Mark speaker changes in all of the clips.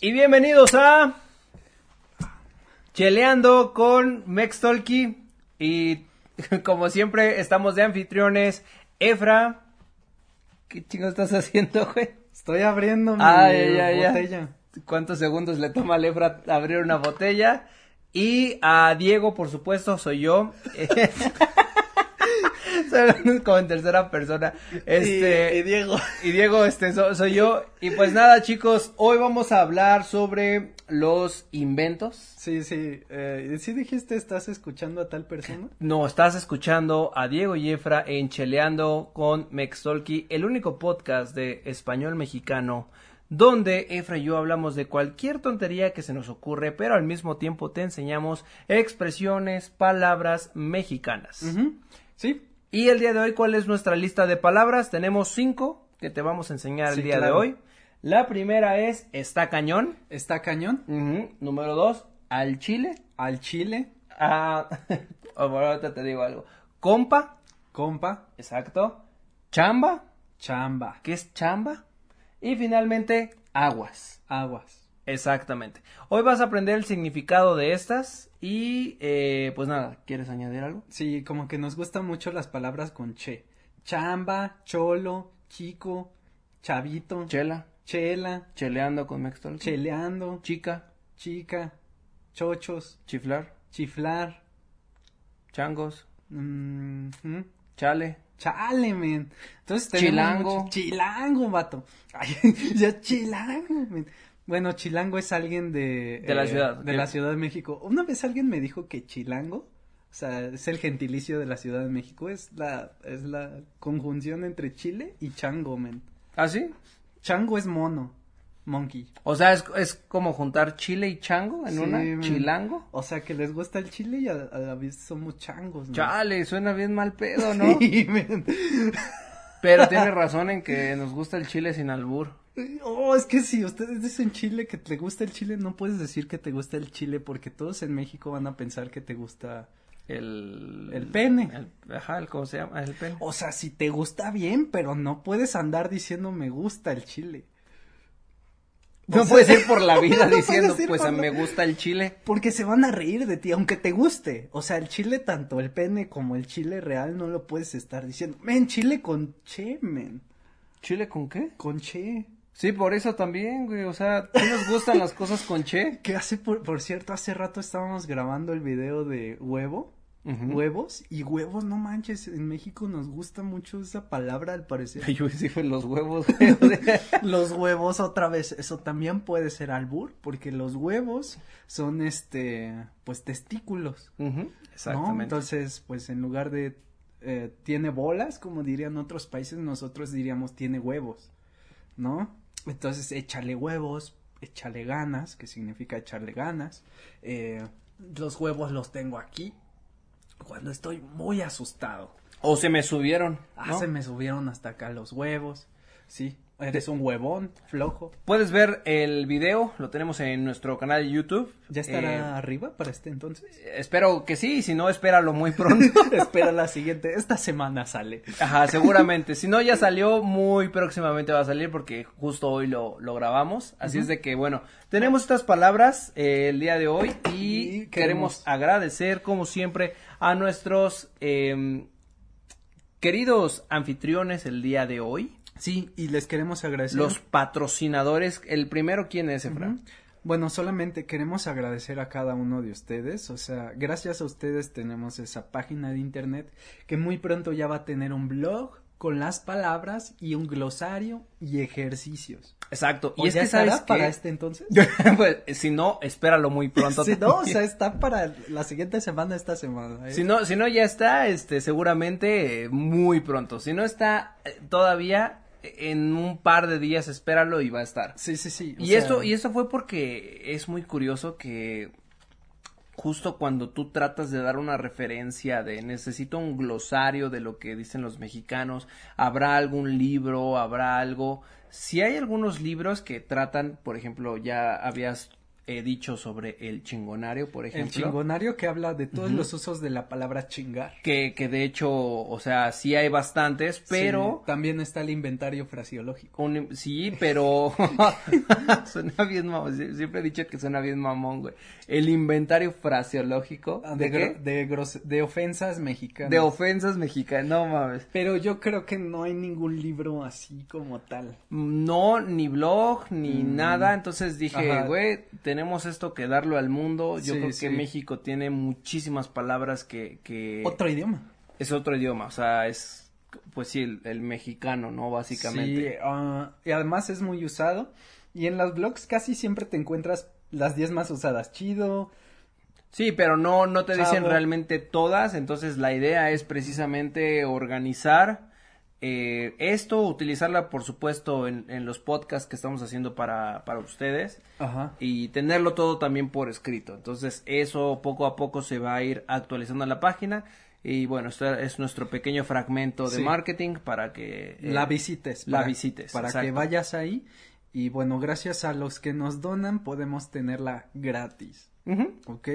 Speaker 1: Y bienvenidos a Cheleando con Mextolki. Y como siempre, estamos de anfitriones. Efra, ¿qué chingo estás haciendo, güey?
Speaker 2: Estoy abriendo mi
Speaker 1: Ay, ay, ay.
Speaker 2: botella.
Speaker 1: ¿Cuántos segundos le toma al Efra abrir una botella? Y a Diego, por supuesto, soy yo. Estoy hablando como en tercera persona. Este,
Speaker 2: Y- y Diego.
Speaker 1: y Diego, este, so- soy yo. Y pues nada, chicos, hoy vamos a hablar sobre los inventos.
Speaker 2: Sí, sí. Eh, ¿Sí dijiste estás escuchando a tal persona?
Speaker 1: No, estás escuchando a Diego Yefra en Cheleando con Mextolki, el único podcast de español mexicano donde Efra y yo hablamos de cualquier tontería que se nos ocurre, pero al mismo tiempo te enseñamos expresiones, palabras mexicanas.
Speaker 2: Ujú. Sí.
Speaker 1: Y el día de hoy, ¿cuál es nuestra lista de palabras? Tenemos cinco que te vamos a enseñar
Speaker 2: Sí,
Speaker 1: el día
Speaker 2: claro.
Speaker 1: de hoy. La primera es está cañón.
Speaker 2: Está cañón.
Speaker 1: Número dos, al chile.
Speaker 2: Al chile.
Speaker 1: Ah, bueno, ahorita te digo algo. Compa,
Speaker 2: Compa.
Speaker 1: exacto. Chamba,
Speaker 2: Chamba.
Speaker 1: ¿qué es chamba? Y finalmente, aguas.
Speaker 2: Aguas.
Speaker 1: Exactamente. Hoy vas a aprender el significado de estas y eh, pues nada, ¿quieres añadir algo?
Speaker 2: Sí, como que nos gustan mucho las palabras con che. Chamba, cholo, chico, chavito,
Speaker 1: Chela,
Speaker 2: chela,
Speaker 1: cheleando con Mextol.
Speaker 2: cheleando,
Speaker 1: Chica,
Speaker 2: chica, chochos,
Speaker 1: chiflar,
Speaker 2: chiflar.
Speaker 1: changos,
Speaker 2: mm, ujú.
Speaker 1: chale.
Speaker 2: Chale, men. Entonces tenemos
Speaker 1: Chilango.
Speaker 2: mucho- Chilango, vato. Ay, ya chilango, men. Bueno, chilango es alguien de... eh,
Speaker 1: De la ciudad,
Speaker 2: De
Speaker 1: que-
Speaker 2: la Ciudad de México. Una vez alguien me dijo que chilango, o sea, es el gentilicio de la Ciudad de México, es la, es la conjunción entre Chile y chango, men.
Speaker 1: ¿Ah, sí?
Speaker 2: Chango es mono, monkey.
Speaker 1: O sea, es, es como juntar chile y chango en
Speaker 2: Sí,
Speaker 1: una.
Speaker 2: men.
Speaker 1: Chilango.
Speaker 2: O sea, que les gusta el chile y a, a la vez somos changos, men.
Speaker 1: Chale, suena bien mal pedo, ¿no?
Speaker 2: Mm. Sí, men.
Speaker 1: Pero tiene razón en que nos gusta el chile sin albur.
Speaker 2: Oh, es que si ustedes dicen chile que te gusta el chile, no puedes decir que te gusta el chile porque todos en México van a pensar que te gusta.
Speaker 1: El...
Speaker 2: El pene.
Speaker 1: el- ajá, el, ¿cómo se llama? El pene.
Speaker 2: O sea, si te gusta bien, pero no puedes andar diciendo me gusta el chile.
Speaker 1: No
Speaker 2: o sea-
Speaker 1: puedes ir por la vida
Speaker 2: No puedes
Speaker 1: diciendo,
Speaker 2: ir
Speaker 1: pues
Speaker 2: por
Speaker 1: a
Speaker 2: la-
Speaker 1: me gusta el chile.
Speaker 2: Porque se van a reír de ti, aunque te guste. O sea, el chile, tanto el pene como el chile real, no lo puedes estar diciendo. Men, chile con che, men.
Speaker 1: ¿Chile con qué?
Speaker 2: Con che.
Speaker 1: Sí, por eso también, güey. O sea, ¿sí nos gustan las cosas con che?
Speaker 2: Que hace, por, por cierto, hace rato estábamos grabando el video de huevo.
Speaker 1: Ujú.
Speaker 2: Huevos y huevos, no manches, en México nos gusta mucho esa palabra al parecer.
Speaker 1: Yo dije los huevos, güey.
Speaker 2: Los huevos otra vez, eso también puede ser albur, porque los huevos son este, pues testículos,
Speaker 1: Ujú,
Speaker 2: ¿no?
Speaker 1: Exactamente.
Speaker 2: Entonces, pues en lugar de eh, tiene bolas, como dirían otros países, nosotros diríamos tiene huevos, ¿no? Entonces, échale huevos, échale ganas, que significa echarle ganas. eh, los huevos los tengo aquí cuando estoy muy asustado.
Speaker 1: O se me subieron,
Speaker 2: Ah,
Speaker 1: ¿no?
Speaker 2: se me subieron hasta acá los huevos. Sí, eres un huevón, flojo.
Speaker 1: Puedes ver el video, lo tenemos en nuestro canal de YouTube.
Speaker 2: ¿Ya estará
Speaker 1: Eh,
Speaker 2: arriba para este entonces?
Speaker 1: Espero que sí, y si no, espéralo muy pronto.
Speaker 2: Espera la siguiente, esta semana sale.
Speaker 1: Ajá, seguramente. Si no, ya salió, muy próximamente va a salir porque justo hoy lo, lo grabamos. Así es de que, bueno, tenemos estas palabras eh, el día de hoy y,
Speaker 2: Y queremos-
Speaker 1: queremos agradecer, como siempre, a nuestros em, queridos anfitriones el día de hoy.
Speaker 2: Sí, y les queremos agradecer.
Speaker 1: Los patrocinadores, el primero, ¿quién es, Efra?
Speaker 2: Bueno, solamente queremos agradecer a cada uno de ustedes, o sea, gracias a ustedes tenemos esa página de internet que muy pronto ya va a tener un blog con las palabras y un glosario y ejercicios.
Speaker 1: Exacto.
Speaker 2: ¿O
Speaker 1: Y es
Speaker 2: Pues ya
Speaker 1: que, ¿sabes
Speaker 2: estará para
Speaker 1: qué?
Speaker 2: este entonces?
Speaker 1: Pues, si no, espéralo muy pronto.
Speaker 2: Sí, no, o sea, está para la siguiente semana, esta semana. ¿eh?
Speaker 1: Si no, si no ya está, este, seguramente eh, muy pronto. Si no está eh, todavía, eh, en un par de días espéralo y va a estar.
Speaker 2: Sí, sí, sí. o
Speaker 1: Y
Speaker 2: sea,
Speaker 1: esto, y esto fue porque es muy curioso que justo cuando tú tratas de dar una referencia de necesito un glosario de lo que dicen los mexicanos, habrá algún libro, habrá algo. Si hay algunos libros que tratan, por ejemplo, ya habías he dicho sobre el chingonario, por ejemplo.
Speaker 2: El chingonario que habla de todos los usos de la palabra chingar.
Speaker 1: Que, que de hecho, o sea, sí hay bastantes, pero...
Speaker 2: Sí, también está el inventario fraseológico.
Speaker 1: un- sí, pero suena bien mamón, Sie- siempre he dicho que suena bien mamón, güey. El inventario fraseológico
Speaker 2: Ah,
Speaker 1: de,
Speaker 2: gro-
Speaker 1: qué?
Speaker 2: de, gros- de ofensas mexicanas.
Speaker 1: de ofensas mexicanas, no mames.
Speaker 2: Pero yo creo que no hay ningún libro así como tal.
Speaker 1: No, ni blog, ni nada. Entonces dije,
Speaker 2: Mm. Ajá.
Speaker 1: güey, tenemos esto que darlo al mundo. Yo
Speaker 2: Sí,
Speaker 1: creo
Speaker 2: sí.
Speaker 1: que México tiene muchísimas palabras que, que
Speaker 2: Otro idioma.
Speaker 1: es otro idioma. O sea, es, pues sí, el, el mexicano, ¿no? Básicamente.
Speaker 2: Sí, ah, y además es muy usado. Y en los blogs casi siempre te encuentras las 10 más usadas. Chido.
Speaker 1: Sí, pero no, no te dicen
Speaker 2: Chavo.
Speaker 1: realmente todas, entonces la idea es precisamente organizar eh, esto, utilizarla por supuesto en, en los podcasts que estamos haciendo para, para ustedes
Speaker 2: Ajá.
Speaker 1: y tenerlo todo también por escrito. Entonces eso poco a poco se va a ir actualizando en la página y bueno, esto es nuestro pequeño fragmento de
Speaker 2: Sí.
Speaker 1: marketing para que... eh,
Speaker 2: la visites.
Speaker 1: la visites,
Speaker 2: Para que
Speaker 1: exacto.
Speaker 2: vayas ahí. Y bueno, gracias a los que nos donan podemos tenerla gratis.
Speaker 1: Ujú.
Speaker 2: ¿Ok?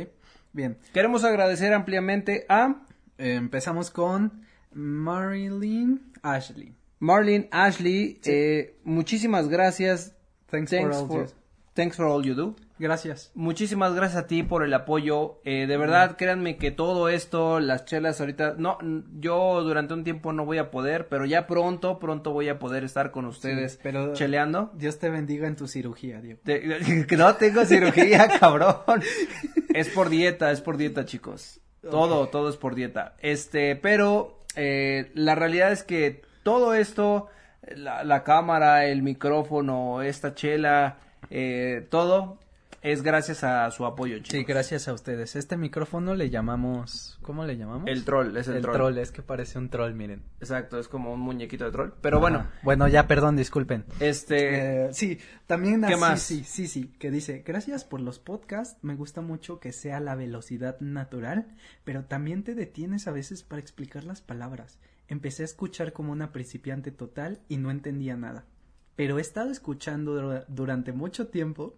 Speaker 2: Bien.
Speaker 1: Queremos agradecer ampliamente a
Speaker 2: eh, empezamos con Marilyn Ashley.
Speaker 1: Marlene Ashley. eh, muchísimas gracias.
Speaker 2: Thanks, for all this.
Speaker 1: thanks for all you do.
Speaker 2: Gracias.
Speaker 1: Muchísimas gracias a ti por el apoyo. eh, de
Speaker 2: Mm.
Speaker 1: verdad, créanme que todo esto, las chelas ahorita, no, n- yo durante un tiempo no voy a poder, pero ya pronto, pronto voy a poder estar con ustedes
Speaker 2: Sí, pero-
Speaker 1: cheleando.
Speaker 2: Dios te bendiga en tu cirugía, Diego.
Speaker 1: Te- que no tengo cirugía, cabrón. Es por dieta, es por dieta, chicos. Todo, todo es por dieta. Este, pero eh, la realidad es que todo esto, la, la cámara, el micrófono, esta chela, eh, todo es gracias a su apoyo, chicos.
Speaker 2: Sí, gracias a ustedes. Este micrófono le llamamos. ¿Cómo le llamamos?
Speaker 1: El troll, es el,
Speaker 2: El
Speaker 1: troll.
Speaker 2: troll, es que parece un troll, miren.
Speaker 1: Exacto, es como un muñequito de troll. Pero bueno,
Speaker 2: Ajá. Bueno, ya, perdón, disculpen.
Speaker 1: este,
Speaker 2: Eh, sí, también
Speaker 1: ¿Qué
Speaker 2: así,
Speaker 1: más?
Speaker 2: sí, sí, sí, que dice, gracias por los podcasts, me gusta mucho que sea la velocidad natural, pero también te detienes a veces para explicar las palabras. Empecé a escuchar como una principiante total y no entendía nada, pero he estado escuchando dura- durante mucho tiempo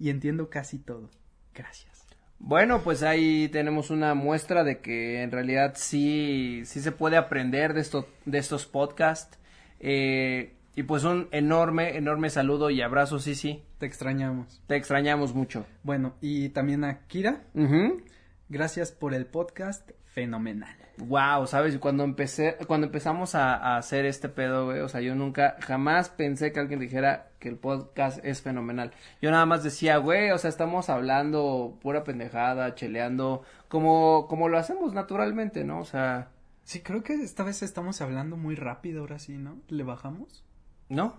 Speaker 2: y entiendo casi todo. Gracias.
Speaker 1: bueno, pues ahí tenemos una muestra de que en realidad sí, sí se puede aprender de estos, de estos podcasts. Eh, y pues un enorme, enorme saludo y abrazo, sí, sí.
Speaker 2: Te extrañamos.
Speaker 1: Te extrañamos mucho.
Speaker 2: Bueno, y también a Kira,
Speaker 1: Ujú.
Speaker 2: gracias por el podcast fenomenal.
Speaker 1: Wow, sabes, cuando empecé, cuando empezamos a, a hacer este pedo, güey, o sea, yo nunca, jamás pensé que alguien dijera que el podcast es fenomenal. Yo nada más decía, güey, o sea, estamos hablando pura pendejada, cheleando, como, como lo hacemos naturalmente, ¿no? O sea,
Speaker 2: Sí, creo que esta vez estamos hablando muy rápido ahora sí, ¿no? ¿Le bajamos?
Speaker 1: ¿no?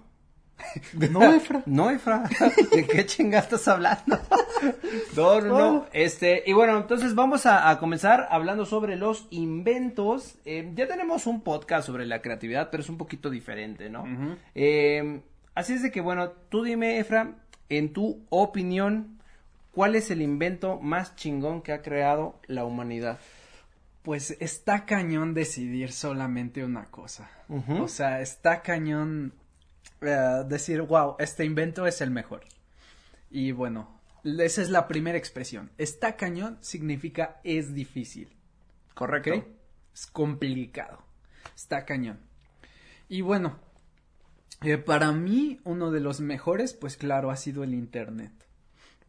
Speaker 2: No, Efra.
Speaker 1: No, Efra, ¿de qué chingas estás hablando? No, no, no.
Speaker 2: Oh.
Speaker 1: Este, y bueno, entonces vamos a, a comenzar hablando sobre los inventos. Eh, ya tenemos un podcast sobre la creatividad, pero es un poquito diferente, ¿no? Eh, así es de que, bueno, tú dime, Efra, en tu opinión, ¿cuál es el invento más chingón que ha creado la humanidad?
Speaker 2: Pues está cañón decidir solamente una cosa. O sea, está cañón eh, decir, wow, este invento es el mejor. Y bueno, esa es la primera expresión. Está cañón significa es difícil. ¿Ok?
Speaker 1: Correcto.
Speaker 2: Es complicado. Está cañón. Y bueno, eh, para mí uno de los mejores, pues claro, ha sido el Internet.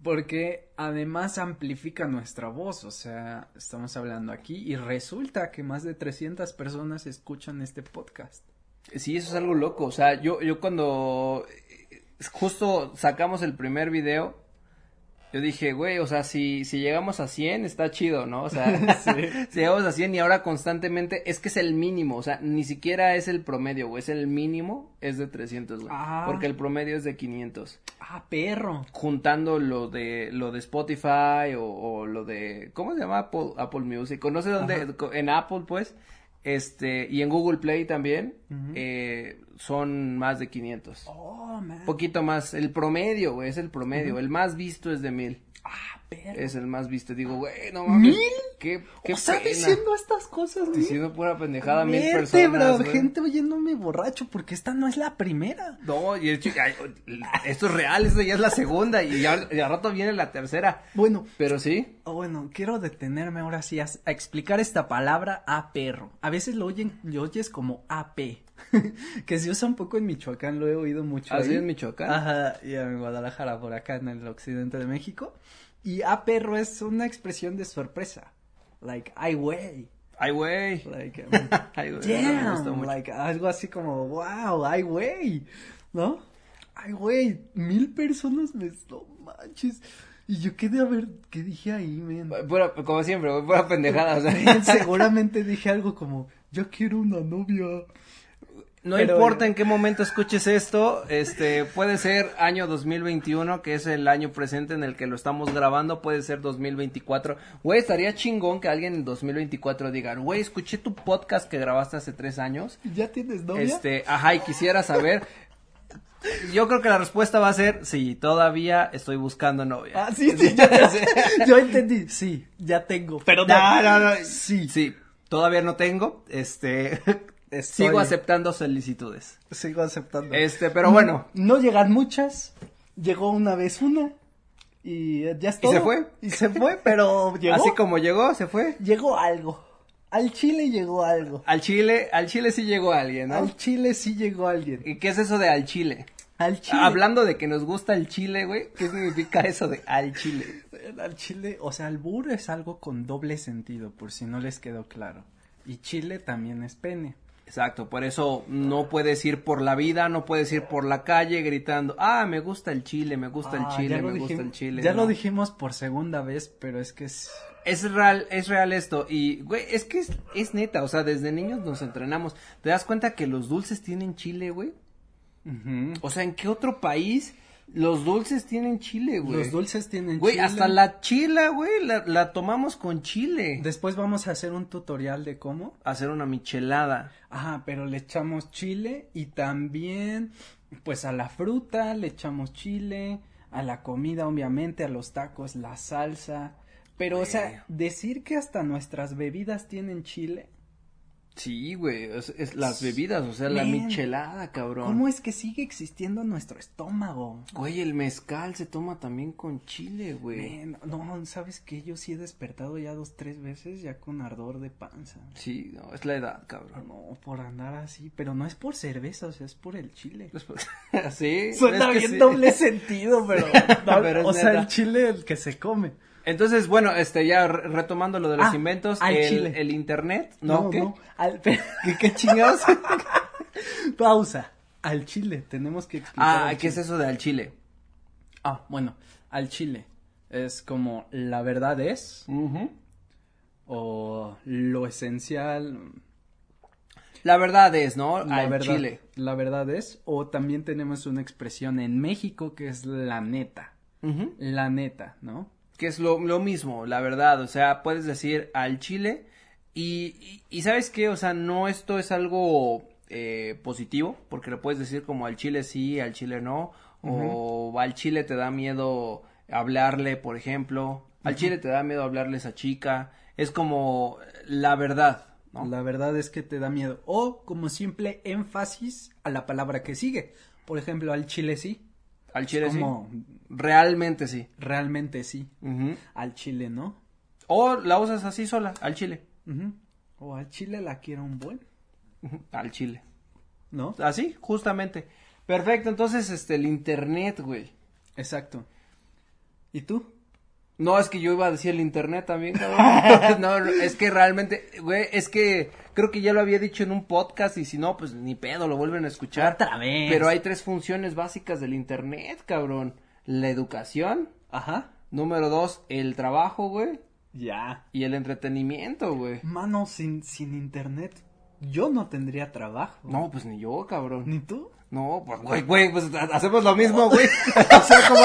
Speaker 2: Porque además amplifica nuestra voz, o sea, estamos hablando aquí y resulta que más de 300 personas escuchan este podcast.
Speaker 1: Sí, eso es algo loco. O sea, yo, yo cuando eh, justo sacamos el primer video, yo dije, güey, o sea, si, si llegamos a 100 está chido, ¿no? O sea, si llegamos a 100 y ahora constantemente es que es el mínimo, o sea, ni siquiera es el promedio, güey, es el mínimo, es de 300, güey.
Speaker 2: Ah.
Speaker 1: Porque el promedio es de 500.
Speaker 2: Ah, perro.
Speaker 1: Juntando lo de lo de Spotify o, o lo de ¿cómo se llama? Apple, Apple Music. o no sé dónde co- en Apple pues este y en Google Play también
Speaker 2: Ujú.
Speaker 1: eh, son más de 500.
Speaker 2: Oh, man.
Speaker 1: Poquito más el promedio, güey, es el promedio, el más visto es de 1000.
Speaker 2: Ah, perro.
Speaker 1: Es el más visto. Digo, güey, no
Speaker 2: ¿Mil?
Speaker 1: mames. ¿Qué, qué
Speaker 2: o sea,
Speaker 1: pena.
Speaker 2: diciendo estas cosas, güey.
Speaker 1: Diciendo pura pendejada a mil
Speaker 2: Verte,
Speaker 1: personas.
Speaker 2: bro,
Speaker 1: güey.
Speaker 2: gente oyéndome borracho, porque esta no es la primera.
Speaker 1: No, y el chi- ay, esto es real, esto ya es la segunda y ya y al rato viene la tercera.
Speaker 2: Bueno,
Speaker 1: Pero sí,
Speaker 2: oh, bueno, quiero detenerme ahora sí a, a explicar esta palabra a perro. A veces lo oyen, lo oyes como AP, que se usa un poco en Michoacán, lo he oído mucho.
Speaker 1: así
Speaker 2: ahí.
Speaker 1: ¿Ah, en Michoacán.
Speaker 2: Ajá, y en Guadalajara, por acá en el occidente de México. Y a perro es una expresión de sorpresa. Like, ay, güey.
Speaker 1: Ay, güey.
Speaker 2: Like, um,
Speaker 1: Ay, güey. no me gusta
Speaker 2: damn.
Speaker 1: mucho.
Speaker 2: Like, algo así como, wow, ay, güey. ¿No? Ay, güey, mil personas me. No manches. Y yo quedé a ver, ¿qué dije ahí, men?
Speaker 1: Pura- como siempre, güey, pura pendejada. o sea.
Speaker 2: Seguramente dije algo como, yo quiero una novia.
Speaker 1: No
Speaker 2: Pero-
Speaker 1: importa en qué momento escuches esto, este, puede ser año 2021, que es el año presente en el que lo estamos grabando, puede ser 2024. Güey, estaría chingón que alguien en 2024 diga, güey, escuché tu podcast que grabaste hace tres años.
Speaker 2: ¿Ya tienes novia?
Speaker 1: Este, ajá, y quisiera saber. Yo creo que la respuesta va a ser, sí, todavía estoy buscando novia.
Speaker 2: Ah, sí, sí, ya, ya sé. Yo entendí. Sí, ya tengo. Pero
Speaker 1: No, no, no.
Speaker 2: Sí.
Speaker 1: Sí, todavía no tengo, este,
Speaker 2: Estoy-
Speaker 1: sigo aceptando solicitudes.
Speaker 2: Sigo aceptando.
Speaker 1: Este,
Speaker 2: Mm,
Speaker 1: pero bueno.
Speaker 2: No llegan muchas. Llegó una vez una. Y eh, ya está.
Speaker 1: se fue?
Speaker 2: Y se fue, pero llegó.
Speaker 1: Así como llegó, se fue.
Speaker 2: Llegó algo. Al Chile llegó algo.
Speaker 1: Al Chile, al Chile sí llegó alguien, ¿no?
Speaker 2: Al Chile sí llegó alguien.
Speaker 1: ¿Y qué es eso de al Chile?
Speaker 2: Al Chile.
Speaker 1: Hablando de que nos gusta el Chile, güey, ¿qué significa eso de al Chile?
Speaker 2: Al Chile, o sea, albur es algo con doble sentido, por si no les quedó claro. Y Chile también es pene.
Speaker 1: Exacto, por eso no puedes ir por la vida, no puedes ir por la calle gritando, ah, me gusta el Chile, me gusta
Speaker 2: Ah,
Speaker 1: el Chile,
Speaker 2: ya lo
Speaker 1: me gusta
Speaker 2: dijim-
Speaker 1: el Chile.
Speaker 2: Ya
Speaker 1: ¿no?
Speaker 2: lo dijimos por segunda vez, pero es que es...
Speaker 1: Es real, es real esto. Y, güey, es que es, es neta, o sea, desde niños nos entrenamos. ¿Te das cuenta que los dulces tienen chile, güey?
Speaker 2: Ujú.
Speaker 1: O sea, ¿en qué otro país los dulces tienen chile, güey?
Speaker 2: Los dulces tienen
Speaker 1: Güey,
Speaker 2: chile.
Speaker 1: hasta la chila, güey, la, la tomamos con chile.
Speaker 2: Después vamos a hacer un tutorial de cómo.
Speaker 1: Hacer una michelada.
Speaker 2: Ajá, pero le echamos chile y también, pues a la fruta le echamos chile, a la comida obviamente, a los tacos, la salsa. Pero, o sea, decir que hasta nuestras bebidas tienen chile,
Speaker 1: Sí, güey, es, es las bebidas, o sea, la
Speaker 2: Men.
Speaker 1: michelada, cabrón.
Speaker 2: ¿cómo es que sigue existiendo nuestro estómago?
Speaker 1: Güey, el mezcal se toma también con chile, güey.
Speaker 2: Men, no, ¿sabes qué? Yo sí he despertado ya dos, tres veces ya con ardor de panza.
Speaker 1: Sí, no, es la edad, cabrón.
Speaker 2: No, por andar así, pero no es por cerveza, o sea, es por el chile.
Speaker 1: sí.
Speaker 2: Suena
Speaker 1: es que
Speaker 2: bien
Speaker 1: sí.
Speaker 2: doble sentido, pero,
Speaker 1: Pero es
Speaker 2: o sea,
Speaker 1: neta.
Speaker 2: el chile el que se come.
Speaker 1: Entonces, bueno, este, ya re- retomando lo de los
Speaker 2: Ah,
Speaker 1: inventos,
Speaker 2: al
Speaker 1: el,
Speaker 2: chile.
Speaker 1: el internet, ¿no?
Speaker 2: No, no,
Speaker 1: ¿Qué?
Speaker 2: al- ¿Qué,
Speaker 1: ¿Qué chingados?
Speaker 2: Pausa. Al chile, tenemos que explicar.
Speaker 1: ah,
Speaker 2: al
Speaker 1: ¿qué es
Speaker 2: chile.
Speaker 1: eso de al chile?
Speaker 2: Ah, bueno, al chile es como la verdad es o lo esencial.
Speaker 1: La verdad es, ¿no?
Speaker 2: La
Speaker 1: al
Speaker 2: verdad,
Speaker 1: chile.
Speaker 2: La verdad es o también tenemos una expresión en México que es la neta.
Speaker 1: Ujú.
Speaker 2: La neta, ¿no?
Speaker 1: Que es lo, lo mismo, la verdad. O sea, puedes decir al chile. Y, y, y ¿sabes qué? O sea, no esto es algo eh, positivo, porque lo puedes decir como al chile sí, al chile no. O al chile te da miedo hablarle, por ejemplo. Al chile te da miedo hablarle a esa chica. Es como la verdad, ¿no?
Speaker 2: La verdad es que te da miedo. O como simple énfasis a la palabra que sigue. Por ejemplo, al chile sí.
Speaker 1: Al chile
Speaker 2: como
Speaker 1: sí. Realmente sí.
Speaker 2: realmente sí.
Speaker 1: Ujú.
Speaker 2: Al chile no.
Speaker 1: O la usas así sola, al chile.
Speaker 2: Ujú. O al chile la quiero un buen.
Speaker 1: Ujú, Al chile.
Speaker 2: ¿No?
Speaker 1: Así, justamente. Perfecto, entonces, este, el internet, güey.
Speaker 2: Exacto. ¿Y tú?
Speaker 1: No, es que yo iba a decir el internet también, cabrón. no, no, es que realmente, güey, es que creo que ya lo había dicho en un podcast y si no, pues ni pedo, lo vuelven a escuchar.
Speaker 2: Otra vez.
Speaker 1: Pero hay tres funciones básicas del internet, cabrón. La educación,
Speaker 2: Ajá.
Speaker 1: número dos, el trabajo, güey,
Speaker 2: Ya.
Speaker 1: y el entretenimiento, güey.
Speaker 2: Mano, sin, sin internet yo no tendría trabajo.
Speaker 1: No, pues ni yo, cabrón.
Speaker 2: ¿Ni tú?
Speaker 3: No, pues, güey, güey, pues ha- hacemos lo mismo, güey. O sea, como.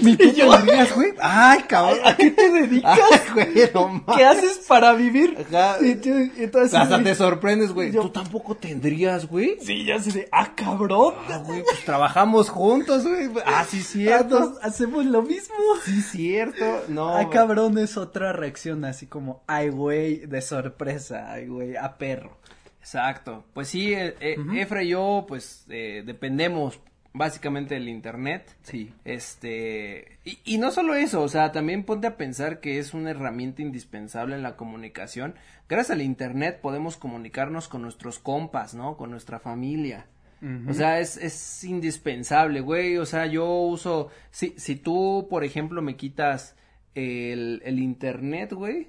Speaker 3: Mi puto dirías, güey. Ay, cabrón. ¿A qué te dedicas? güey, no
Speaker 1: Ah,
Speaker 2: ¿Qué
Speaker 3: mames.
Speaker 2: haces para vivir?
Speaker 3: Ajá.
Speaker 2: Y yo- entonces,
Speaker 3: Hasta te sorprendes, güey.
Speaker 2: Yo-
Speaker 3: Tú tampoco tendrías, güey.
Speaker 2: Sí, ya se de, ah, cabrón.
Speaker 3: Ah, güey, pues trabajamos juntos, güey. Ah, sí, cierto.
Speaker 2: Entonces, hacemos lo mismo.
Speaker 3: Sí, cierto. No.
Speaker 2: ah,
Speaker 3: güey.
Speaker 2: cabrón es otra reacción así como, ay, güey, de sorpresa, ay, güey, a perro.
Speaker 1: Exacto. Pues sí, eh, eh, Efra y yo, pues, eh, dependemos básicamente del internet.
Speaker 2: Sí.
Speaker 1: Este, y, y no solo eso, o sea, también ponte a pensar que es una herramienta indispensable en la comunicación. Gracias al Internet podemos comunicarnos con nuestros compas, ¿no? Con nuestra familia. O sea, es, es indispensable, güey. O sea, yo uso, si, si tú, por ejemplo, me quitas el, el Internet, güey,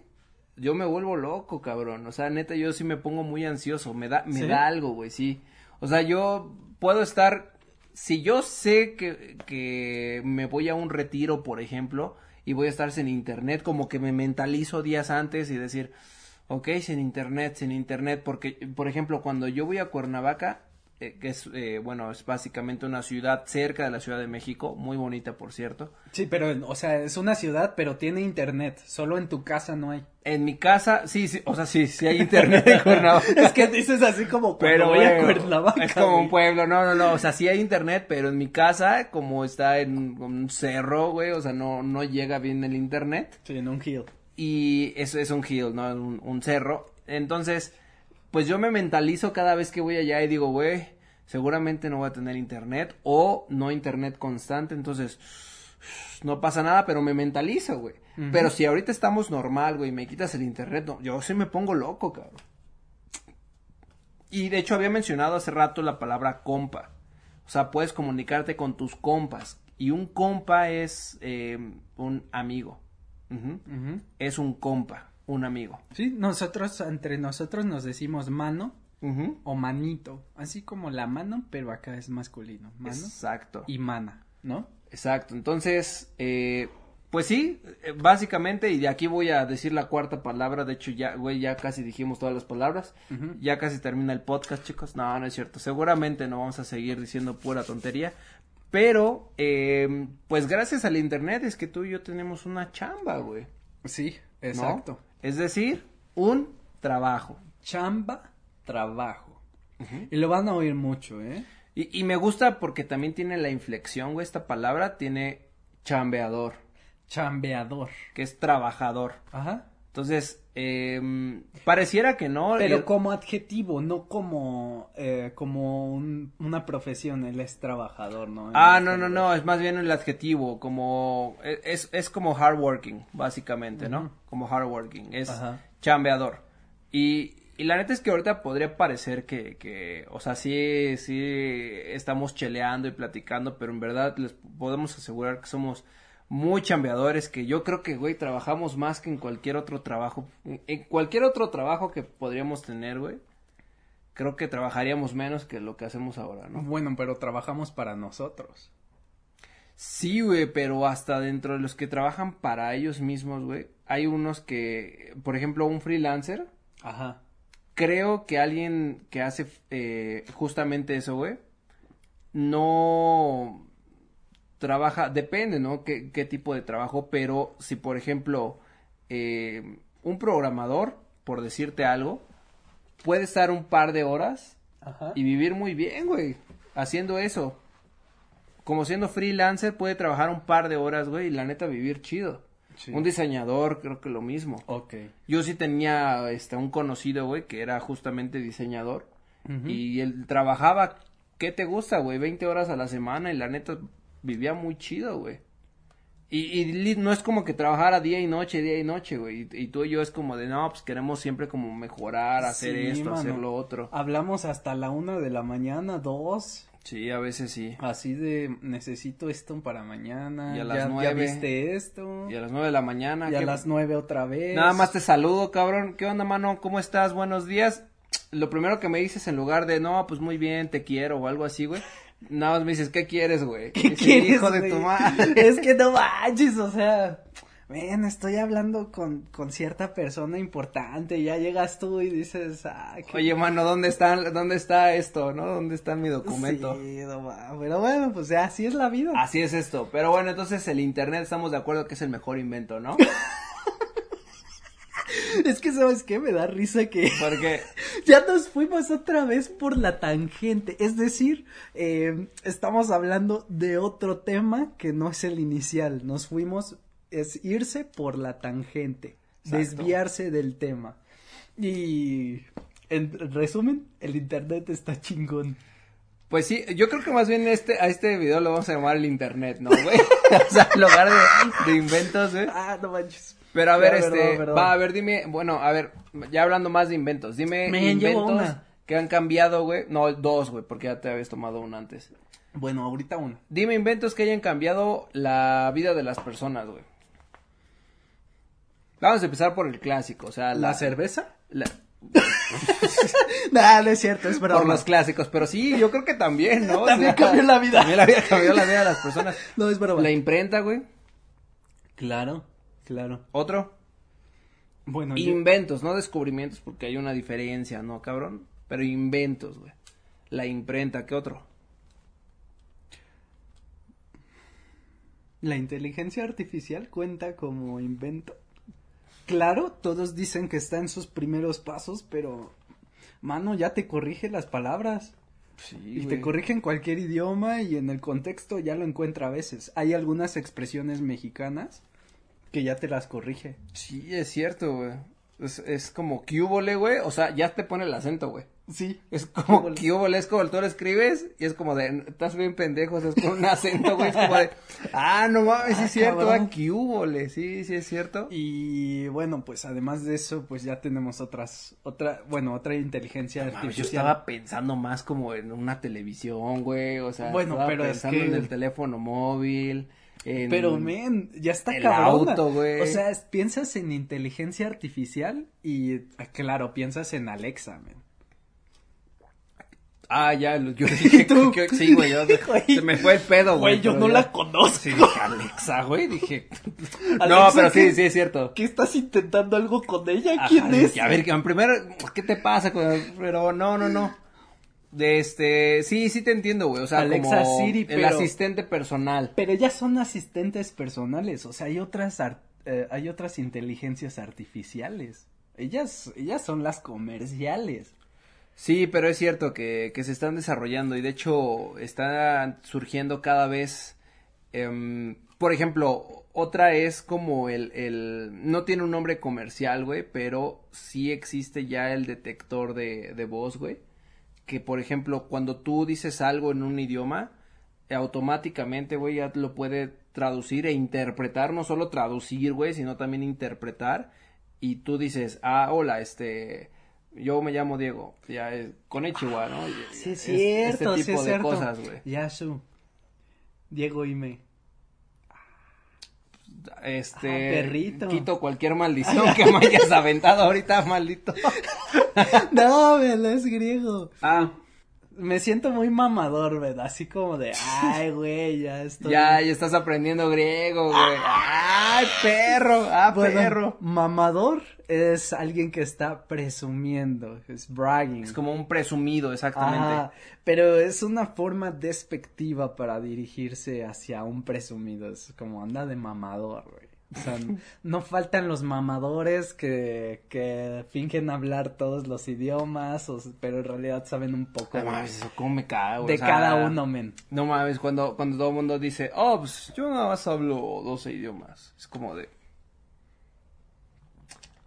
Speaker 1: yo me vuelvo loco, cabrón. O sea, neta, yo sí me pongo muy ansioso, me da, me
Speaker 2: ¿Sí?
Speaker 1: da algo, güey, sí. O sea, yo puedo estar si yo sé que, que me voy a un retiro, por ejemplo, y voy a estar sin internet, como que me mentalizo días antes y decir, ok, sin internet, sin internet, porque, por ejemplo, cuando yo voy a Cuernavaca, eh, que es, eh, bueno, es básicamente una ciudad cerca de la Ciudad de México, muy bonita, por cierto.
Speaker 2: Sí, pero, o sea, es una ciudad, pero tiene internet. Solo en tu casa no hay.
Speaker 1: En mi casa, sí, sí, o sea, sí, sí hay internet en Cuernavaca.
Speaker 2: Es que dices así como
Speaker 1: Pero
Speaker 2: cuando voy a
Speaker 1: bueno,
Speaker 2: Cuernavaca.
Speaker 1: Es como
Speaker 2: güey.
Speaker 1: un pueblo, no, no, no, o sea, sí hay internet, pero en mi casa, como está en un cerro, güey, o sea, no, no llega bien el internet.
Speaker 2: Sí, en un hill.
Speaker 1: Y eso es un hill, ¿no? Un, un cerro. Entonces, pues yo me mentalizo cada vez que voy allá y digo, güey, seguramente no voy a tener internet o no internet constante, entonces no pasa nada, pero me mentalizo, güey. Pero si ahorita estamos normal, güey, me quitas el internet, no, yo sí me pongo loco, cabrón. Y de hecho había mencionado hace rato la palabra compa. O sea, puedes comunicarte con tus compas. Y un compa es eh, un amigo. Ujú
Speaker 2: Ujú.
Speaker 1: es un compa, un amigo.
Speaker 2: Sí, nosotros, entre nosotros nos decimos mano o manito. Así como la mano, pero acá es masculino. Mano
Speaker 1: Exacto.
Speaker 2: y mana, ¿no?
Speaker 1: Exacto. Entonces, eh, pues sí, eh, básicamente, y de aquí voy a decir la cuarta palabra. De hecho, ya, güey, ya casi dijimos todas las palabras.
Speaker 2: Ujú.
Speaker 1: Ya casi termina el podcast, chicos. No, no es cierto. Seguramente no vamos a seguir diciendo pura tontería. Pero, eh, pues gracias al internet es que tú y yo tenemos una chamba, güey.
Speaker 2: Sí,
Speaker 1: ¿no?
Speaker 2: exacto.
Speaker 1: Es decir, un trabajo.
Speaker 2: Chamba, trabajo. Y lo van a oír mucho, ¿eh?
Speaker 1: Y, y me gusta porque también tiene la inflexión, güey, esta palabra tiene chambeador,
Speaker 2: Chambeador.
Speaker 1: que es trabajador.
Speaker 2: Ajá.
Speaker 1: Entonces, em, pareciera que no.
Speaker 2: Pero
Speaker 1: eh,
Speaker 2: como adjetivo, no como, eh, como un- una profesión, él es trabajador, ¿no? este pues
Speaker 1: Ah, no, no, no, es más bien el adjetivo, como, e- es, es como hardworking, básicamente, ¿no?
Speaker 2: Ujú.
Speaker 1: Como hardworking, es
Speaker 2: Ajá.
Speaker 1: chambeador. Y, y la neta es que ahorita podría parecer que, que, o sea, sí, sí estamos cheleando y platicando, pero en verdad les podemos asegurar que somos muy chambeadores, que yo creo que, güey, trabajamos más que en cualquier otro trabajo, en en cualquier otro trabajo que podríamos tener, güey. Creo que trabajaríamos menos que lo que hacemos ahora, ¿no?
Speaker 2: Bueno, pero trabajamos para nosotros.
Speaker 1: Sí, güey, pero hasta dentro de los que trabajan para ellos mismos, güey, hay unos que, por ejemplo, un freelancer,
Speaker 2: Ajá.
Speaker 1: creo que alguien que hace eh, justamente eso, güey, no trabaja, depende, ¿no? ¿Qué, qué tipo de trabajo? Pero si, por ejemplo, eh, un programador, por decirte algo, puede estar un par de horas
Speaker 2: Ajá.
Speaker 1: y vivir muy bien, güey, haciendo eso. Como siendo freelancer puede trabajar un par de horas, güey, y la neta vivir chido.
Speaker 2: Sí.
Speaker 1: Un diseñador creo que lo mismo.
Speaker 2: Ok.
Speaker 1: Yo sí tenía este un conocido, güey, que era justamente diseñador y él trabajaba ¿qué te gusta, güey? 20 horas a la semana y la neta vivía muy chido, güey. Y, y li- no es como que trabajara día y noche, día y noche, güey. Y, y tú y yo es como de, no, pues queremos siempre como mejorar, hacer
Speaker 2: Sí,
Speaker 1: esto, hacer
Speaker 2: mano.
Speaker 1: lo otro.
Speaker 2: Hablamos hasta la una de la mañana, dos.
Speaker 1: Sí, a veces sí.
Speaker 2: Así de necesito esto para mañana.
Speaker 1: Y a las
Speaker 2: ya,
Speaker 1: nueve.
Speaker 2: ya viste esto.
Speaker 1: Y a las nueve de la mañana.
Speaker 2: Y a
Speaker 1: ¿qué-
Speaker 2: las nueve otra vez.
Speaker 1: Nada más te saludo, cabrón. ¿Qué onda, mano? ¿Cómo estás? Buenos días. Lo primero que me dices en lugar de, no, pues muy bien, te quiero o algo así, güey. Nada más me dices, ¿qué quieres, güey?
Speaker 2: ¿Qué
Speaker 1: Ese
Speaker 2: quieres,
Speaker 1: Hijo de
Speaker 2: güey?
Speaker 1: tu madre.
Speaker 2: Es que no manches, o sea. ven, estoy hablando con, con cierta persona importante, y ya llegas tú y dices, ah, qué
Speaker 1: Oye, mano, ¿dónde está, dónde está esto, no? ¿Dónde está mi documento?
Speaker 2: Sí, no mames, pero bueno, pues ya, así es la vida.
Speaker 1: Así es esto. Pero bueno, entonces el internet estamos de acuerdo que es el mejor invento, ¿no?
Speaker 2: Es que, ¿sabes qué? Me da risa que
Speaker 1: Porque
Speaker 2: ya nos fuimos otra vez por la tangente. Es decir, eh, estamos hablando de otro tema que no es el inicial. Nos fuimos, es irse por la tangente,
Speaker 1: Exacto.
Speaker 2: desviarse del tema. Y, en resumen, el Internet está chingón.
Speaker 1: Pues sí, yo creo que más bien este, a este video lo vamos a llamar el internet, ¿no, güey? o sea, en lugar de, de inventos, ¿eh? güey.
Speaker 2: Ah, no manches.
Speaker 1: Pero a ver,
Speaker 2: Ya,
Speaker 1: este,
Speaker 2: perdón, perdón.
Speaker 1: va, a ver, dime, bueno, a ver, ya hablando más de inventos, dime
Speaker 2: Men, llevo
Speaker 1: inventos
Speaker 2: una.
Speaker 1: que han cambiado, güey. No, dos, güey, porque ya te habías tomado una antes.
Speaker 2: Bueno, ahorita uno.
Speaker 1: Dime inventos que hayan cambiado la vida de las personas, güey. Vamos a empezar por el clásico, o sea, la,
Speaker 2: ¿La cerveza?
Speaker 1: la-
Speaker 2: Nah, Ah, no es cierto, es broma.
Speaker 1: por los clásicos, pero sí, yo creo que también, ¿no? O
Speaker 2: También
Speaker 1: sea,
Speaker 2: cambió la vida.
Speaker 1: También la vida cambió la vida de las personas.
Speaker 2: No, es broma.
Speaker 1: La imprenta, güey.
Speaker 2: Claro, claro.
Speaker 1: Otro.
Speaker 2: Bueno, yo-
Speaker 1: Inventos, no descubrimientos, porque hay una diferencia, ¿no, cabrón? Pero inventos, güey. La imprenta, ¿qué otro?
Speaker 2: ¿La inteligencia artificial cuenta como invento? Claro, todos dicen que está en sus primeros pasos, pero mano, ya te corrige las palabras.
Speaker 1: Sí,
Speaker 2: Y te corrige en cualquier idioma y en el contexto ya lo encuentra a veces. Hay algunas expresiones mexicanas que ya te las corrige.
Speaker 1: Sí, es cierto, güey. Es, es como cubole, güey. O sea, ya te pone el acento, güey.
Speaker 2: Sí.
Speaker 1: Es como
Speaker 2: Cubole.
Speaker 1: cubole, es como tú lo escribes y es como de, estás bien pendejo, o sea, es con un acento, güey. Es como de, ah, no mames, sí
Speaker 2: Ah,
Speaker 1: es cierto,
Speaker 2: cabrón.
Speaker 1: ah, cubole, sí, sí es cierto.
Speaker 2: Y bueno, pues además de eso, pues ya tenemos otras, otra, bueno, otra inteligencia
Speaker 1: Mames,
Speaker 2: artificial.
Speaker 1: pues, yo estaba pensando más como en una televisión, güey, o sea,
Speaker 2: Bueno,
Speaker 1: estaba
Speaker 2: pero es
Speaker 1: pensando
Speaker 2: que-
Speaker 1: en el teléfono móvil, en...
Speaker 2: Pero, men, ya está
Speaker 1: el
Speaker 2: cabrona.
Speaker 1: auto, güey.
Speaker 2: O sea, es- piensas en inteligencia artificial y, ah, claro, piensas en Alexa, men.
Speaker 1: Ah, ya, lo- yo dije,
Speaker 2: tú?
Speaker 1: que- que- sí, güey, yo-
Speaker 2: Güey.
Speaker 1: se me fue el pedo, güey. pero ya-
Speaker 2: conozco.
Speaker 1: Sí, dije, Alexa, güey, dije. no,
Speaker 2: Alexa,
Speaker 1: pero sí,
Speaker 2: ¿qué?
Speaker 1: sí es cierto.
Speaker 2: ¿Qué estás intentando algo con ella?
Speaker 1: Ajá, dije, A ver, que en primero, ¿qué te pasa? con- Pero no, no, no. De este, sí, sí te entiendo, güey. O sea,
Speaker 2: Alexa,
Speaker 1: como
Speaker 2: Siri,
Speaker 1: el
Speaker 2: pero-
Speaker 1: asistente personal.
Speaker 2: Pero ya son asistentes personales, o sea, hay otras, ar- eh, hay otras inteligencias artificiales. Ellas, ellas son las comerciales.
Speaker 1: Sí, pero es cierto que, que se están desarrollando y de hecho están surgiendo cada vez. em, por ejemplo, otra es como el, el. No tiene un nombre comercial, güey, pero sí existe ya el detector de, de voz, güey. Que por ejemplo, cuando tú dices algo en un idioma, automáticamente, güey, ya lo puede traducir e interpretar, no solo traducir, güey, sino también interpretar. Y tú dices, ah, hola, este, yo me llamo Diego, ya es con ¿no? Y-
Speaker 2: Sí, es
Speaker 1: es-
Speaker 2: cierto,
Speaker 1: este
Speaker 2: sí
Speaker 1: tipo
Speaker 2: es
Speaker 1: de
Speaker 2: cierto.
Speaker 1: cosas, güey.
Speaker 2: Ya, su. Diego, Ime.
Speaker 1: Este,
Speaker 2: Ah, perrito.
Speaker 1: quito cualquier maldición que me hayas aventado ahorita, maldito.
Speaker 2: No, velo, es griego.
Speaker 1: Ah,
Speaker 2: Me siento muy mamador, ¿verdad? Así como de, ay, güey, ya estoy.
Speaker 1: ya, ya estás aprendiendo griego, güey. Ay, perro, ah,
Speaker 2: Bueno,
Speaker 1: perro.
Speaker 2: Mamador es alguien que está presumiendo, es bragging.
Speaker 1: Es como un presumido, exactamente.
Speaker 2: Ajá, pero es una forma despectiva para dirigirse hacia un presumido, es como anda de mamador, güey. O sea, n- no faltan los mamadores que, que fingen hablar todos los idiomas, o s- pero en realidad saben un poco
Speaker 1: No Ah, mames, eso cómo me cago.
Speaker 2: de
Speaker 1: o sea,
Speaker 2: cada uno, men.
Speaker 1: No mames, cuando, cuando todo el mundo dice, oh, pues yo nada más hablo 12 idiomas. Es como de.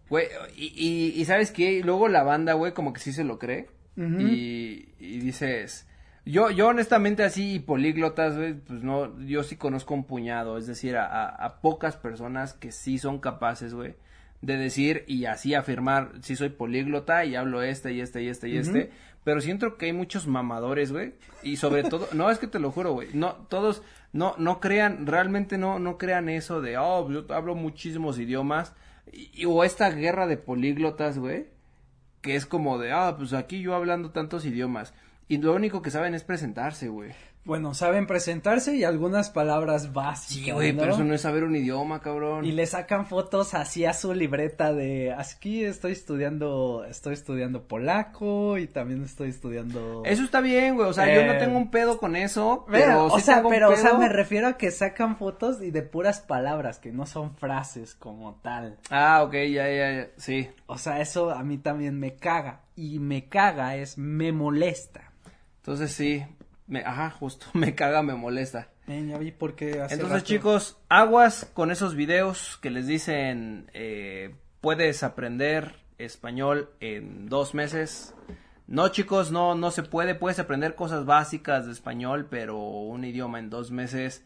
Speaker 1: Güey, y, y, y ¿sabes qué? Luego la banda, güey, como que sí se lo cree.
Speaker 2: Ujú.
Speaker 1: y, y dices. Yo, yo honestamente así, y políglotas, güey, pues no, yo sí conozco un puñado, es decir, a, a- a pocas personas que sí son capaces, güey, de decir y así afirmar, sí soy políglota y hablo este y este y este y este, pero siento que hay muchos mamadores, güey, y sobre todo, no, es que te lo juro, güey, no, todos, no, no crean, realmente no, no crean eso de, oh, yo hablo muchísimos idiomas, y- y- o esta guerra de políglotas, güey, que es como de, ah, pues aquí yo hablando tantos idiomas. Y lo único que saben es presentarse, güey.
Speaker 2: Bueno, saben presentarse y algunas palabras básicas.
Speaker 1: Sí, güey,
Speaker 2: ¿no?
Speaker 1: pero eso no es saber un idioma, cabrón.
Speaker 2: Y le sacan fotos así a su libreta de aquí estoy estudiando, estoy estudiando polaco y también estoy estudiando.
Speaker 1: Eso está bien, güey. O sea, yo no
Speaker 2: Eh,
Speaker 1: tengo un pedo con eso.
Speaker 2: Pero,
Speaker 1: Pero,
Speaker 2: o
Speaker 1: sí
Speaker 2: sea,
Speaker 1: tengo un
Speaker 2: pero, o sea,
Speaker 1: pedo.
Speaker 2: me refiero a que sacan fotos y de puras palabras, que no son frases como tal.
Speaker 1: Ah, ok, ya, ya, ya. Sí.
Speaker 2: O sea, eso a mí también me caga. Y me caga es me molesta.
Speaker 1: Entonces sí. Me, ajá, justo. Me caga, me molesta.
Speaker 2: Ven, Eh, ya vi por qué hace
Speaker 4: Entonces,
Speaker 2: rato-
Speaker 4: chicos, aguas con esos videos que les dicen eh, puedes aprender español en dos meses. No, chicos, no, no se puede. Puedes aprender cosas básicas de español, pero un idioma en dos meses,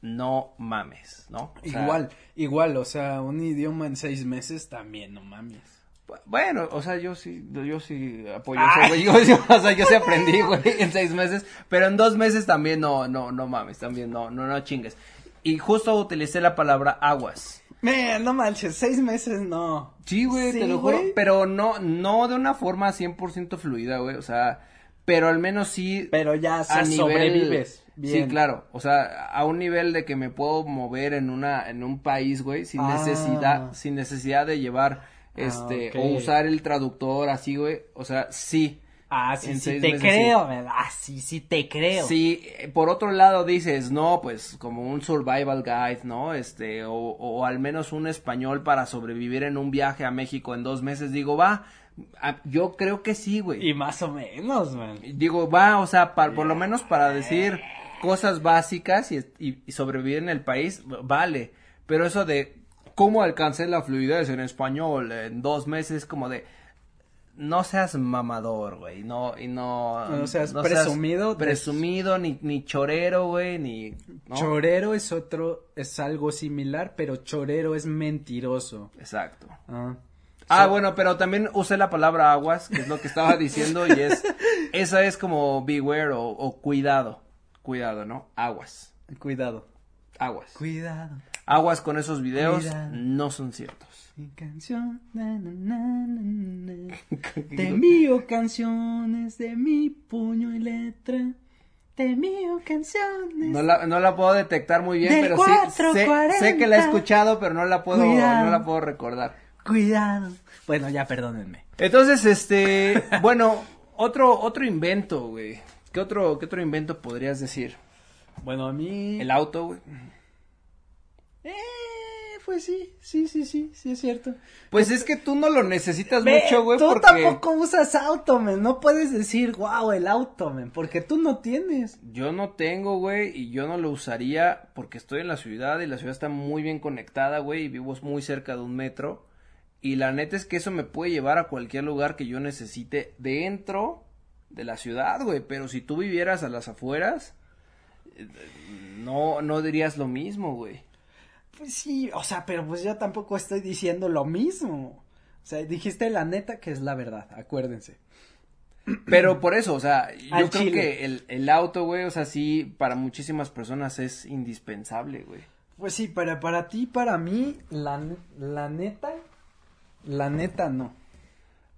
Speaker 4: no mames, ¿no? O sea,
Speaker 2: Igual, igual, o sea, un idioma en seis meses también, no mames.
Speaker 1: Bu- Bueno, o sea, yo sí, yo sí apoyo eso, güey. Yo, yo- o sea, yo sí aprendí, güey, en seis meses. Pero en dos meses también no, no, no mames, también no, no, no chingues.
Speaker 4: Y justo utilicé la palabra aguas.
Speaker 2: Man, no manches, seis meses no.
Speaker 1: Sí, güey, te lo juro.
Speaker 2: güey.
Speaker 1: Pero no, no de una forma 100% fluida, güey. O sea, pero al menos sí.
Speaker 2: Pero ya o sea,
Speaker 1: a nivel-
Speaker 2: sobrevives. Bien.
Speaker 1: Sí, claro. O sea, a un nivel de que me puedo mover en una, en un país, güey, sin
Speaker 2: Ah.
Speaker 1: necesidad, sin necesidad de llevar, este,
Speaker 2: ok.
Speaker 1: o usar el traductor así, güey. O sea, sí.
Speaker 2: Ah, sí,
Speaker 1: En
Speaker 2: sí
Speaker 1: seis
Speaker 2: te
Speaker 1: meses,
Speaker 2: creo, ¿verdad? Ah, sí, sí te creo.
Speaker 1: Si eh, por otro lado dices, no, pues como un survival guide, ¿no? Este, o, o al menos un español para sobrevivir en un viaje a México en dos meses, digo, va, a- yo creo que sí, güey.
Speaker 2: Y más o menos, man.
Speaker 1: Digo, va, o sea, pa- por lo menos para decir cosas básicas y, y- y sobrevivir en el país, vale. Pero eso de cómo alcancé la fluidez en español en dos meses, como de... No seas mamador, güey, no, y no...
Speaker 2: No seas presumido de-
Speaker 1: presumido, ni, ni chorero, güey, ni... ¿no?
Speaker 2: Chorero es otro, es algo similar, pero chorero es mentiroso.
Speaker 1: Exacto.
Speaker 2: Ah.
Speaker 1: Ah, bueno, pero también usé la palabra aguas, que es lo que estaba diciendo, y es... Esa es como beware o, o cuidado, cuidado, ¿no? Aguas,
Speaker 2: Cuidado.
Speaker 1: aguas.
Speaker 2: Cuidado.
Speaker 1: Aguas con esos videos
Speaker 2: Cuidado.
Speaker 1: no son ciertos.
Speaker 2: Mi canción, na, na, na, na, na. Te envío canciones de mi puño y letra. Te envío canciones.
Speaker 1: No la, no la puedo detectar muy bien,
Speaker 2: Del
Speaker 1: pero sí sé,
Speaker 2: 440.
Speaker 1: sé que la he escuchado, pero no la puedo,
Speaker 2: Cuidado.
Speaker 1: no la puedo recordar.
Speaker 2: Cuidado. Bueno, ya perdónenme.
Speaker 1: Entonces, este, bueno, otro, otro invento, güey. ¿Qué otro, qué otro invento podrías decir?
Speaker 2: Bueno, a mí.
Speaker 1: El auto, güey.
Speaker 2: Eh, pues sí, sí, sí, sí, sí es cierto.
Speaker 1: Pues es que tú no lo necesitas
Speaker 2: Ve,
Speaker 1: Pues mucho, güey,
Speaker 2: Tú
Speaker 1: porque
Speaker 2: tampoco usas auto, men. No puedes decir, wow, el auto, men, porque tú no tienes.
Speaker 1: yo no tengo, güey, y yo no lo usaría porque estoy en la ciudad y la ciudad está muy bien conectada, güey, y vivo muy cerca de un metro. Y la neta es que eso me puede llevar a cualquier lugar que yo necesite dentro de la ciudad, güey. Pero si tú vivieras a las afueras, eh, no, no dirías lo mismo, güey.
Speaker 2: Pues sí, o sea, pero pues yo tampoco estoy diciendo lo mismo. O sea, dijiste la neta que es la verdad, acuérdense.
Speaker 1: Pero por eso, o sea, yo
Speaker 2: Al
Speaker 1: creo
Speaker 2: chile.
Speaker 1: que el, el auto, güey, o sea, sí, para muchísimas personas es indispensable, güey.
Speaker 2: Pues sí, pero para ti, para mí, la, ne- la neta, la neta no.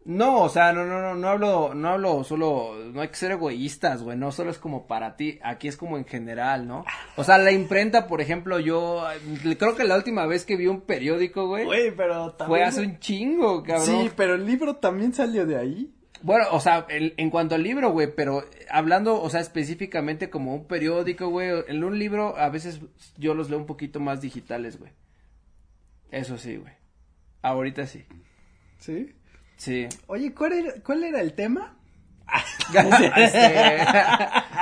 Speaker 1: No, o sea, no, no, no, no hablo, no hablo solo, no hay que ser egoístas, güey, no solo es como para ti, aquí es como en general, ¿no? O sea, la imprenta, por ejemplo, yo eh, creo que la última vez que vi un periódico, güey,
Speaker 2: Güey, pero también.
Speaker 1: fue hace un chingo, cabrón.
Speaker 2: Sí, pero el libro también salió de ahí.
Speaker 1: Bueno, o sea, el- en cuanto al libro, güey, pero hablando, o sea, específicamente como un periódico, güey, en un libro a veces yo los leo un poquito más digitales, güey. Eso sí, güey. Ahorita sí.
Speaker 2: ¿Sí?
Speaker 1: Sí.
Speaker 2: Oye, ¿cuál era, cuál era el tema?
Speaker 1: Este,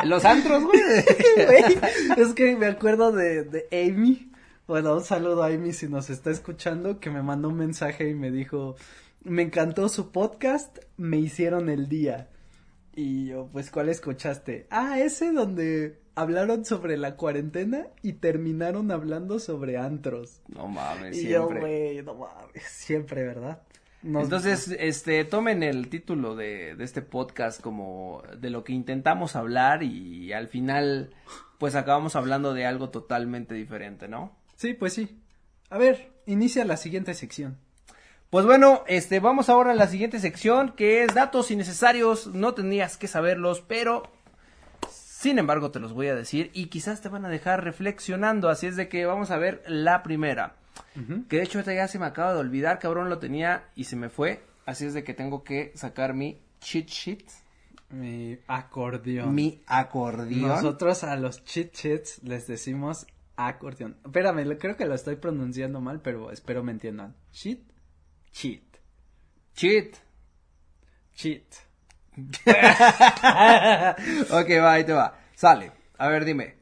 Speaker 1: los antros, güey.
Speaker 2: Güey, es que me acuerdo de, de Amy. Bueno, un saludo a Amy si nos está escuchando, que me mandó un mensaje y me dijo, me encantó su podcast, me hicieron el día. Y yo, pues, ¿cuál escuchaste? Ah, ese donde hablaron sobre la cuarentena y terminaron hablando sobre antros.
Speaker 1: No mames,
Speaker 2: Y yo,
Speaker 1: siempre.
Speaker 2: güey, no mames, siempre, ¿verdad? Nos-
Speaker 1: Entonces, este, tomen el título de, de este podcast como de lo que intentamos hablar y al final, pues acabamos hablando de algo totalmente diferente, ¿no?
Speaker 2: Sí, pues sí. A ver, inicia la siguiente sección.
Speaker 1: Pues bueno, este, vamos ahora a la siguiente sección que es datos innecesarios, no tenías que saberlos, pero
Speaker 5: Sin embargo, te los voy a decir y quizás te van a dejar reflexionando. Así es de que vamos a ver la primera.
Speaker 2: Ujú.
Speaker 1: Que de hecho esta ya se me acaba de olvidar, cabrón, lo tenía y se me fue. Así es de que tengo que sacar mi cheat sheet,
Speaker 2: Mi acordeón.
Speaker 1: mi acordeón.
Speaker 2: Nosotros a los cheat sheets les decimos acordeón. Espérame, lo- creo que lo estoy pronunciando mal, pero espero me entiendan. Cheat, cheat,
Speaker 1: Cheat.
Speaker 2: cheat.
Speaker 1: Ok, va, ahí te va. Sale. A ver, dime.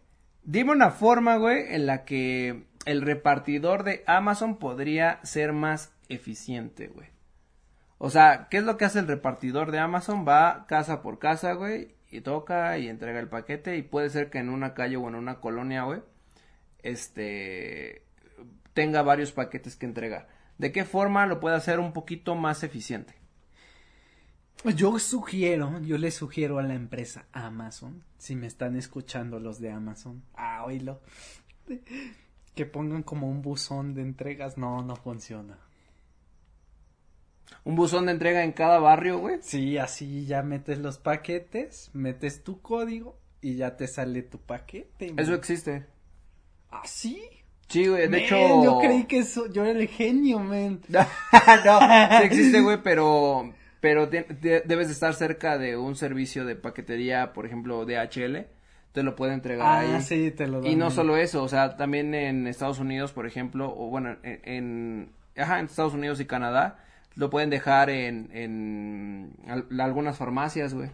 Speaker 1: Dime una forma, güey, en la que el repartidor de Amazon podría ser más eficiente, güey. O sea, ¿qué es lo que hace el repartidor de Amazon? Va casa por casa, güey, y toca y entrega el paquete y puede ser que en una calle o en una colonia, güey, este tenga varios paquetes que entregar. ¿De qué forma lo puede hacer un poquito más eficiente?
Speaker 2: Yo sugiero, yo le sugiero a la empresa Amazon, si me están escuchando los de Amazon, ah, oílo, que pongan como un buzón de entregas. No, no funciona.
Speaker 1: Un buzón de entrega en cada barrio, güey.
Speaker 2: Sí, así ya metes los paquetes, metes tu código y ya te sale tu paquete. ¿Ah,
Speaker 1: Eso
Speaker 2: man.
Speaker 1: existe.
Speaker 2: ¿Así?
Speaker 1: Sí, güey, de
Speaker 2: Man,
Speaker 1: hecho.
Speaker 2: Yo creí que eso, yo era el genio, men.
Speaker 1: no, sí existe, güey, pero. Pero te- te- debes de estar cerca de un servicio de paquetería, por ejemplo, DHL. Te lo puede entregar
Speaker 2: Ah,
Speaker 1: ahí.
Speaker 2: sí, te lo doy.
Speaker 1: Y no solo eso, o sea, también en Estados Unidos, por ejemplo, o bueno, en. en- ajá, en Estados Unidos y Canadá, lo pueden dejar en. en al- algunas farmacias, güey.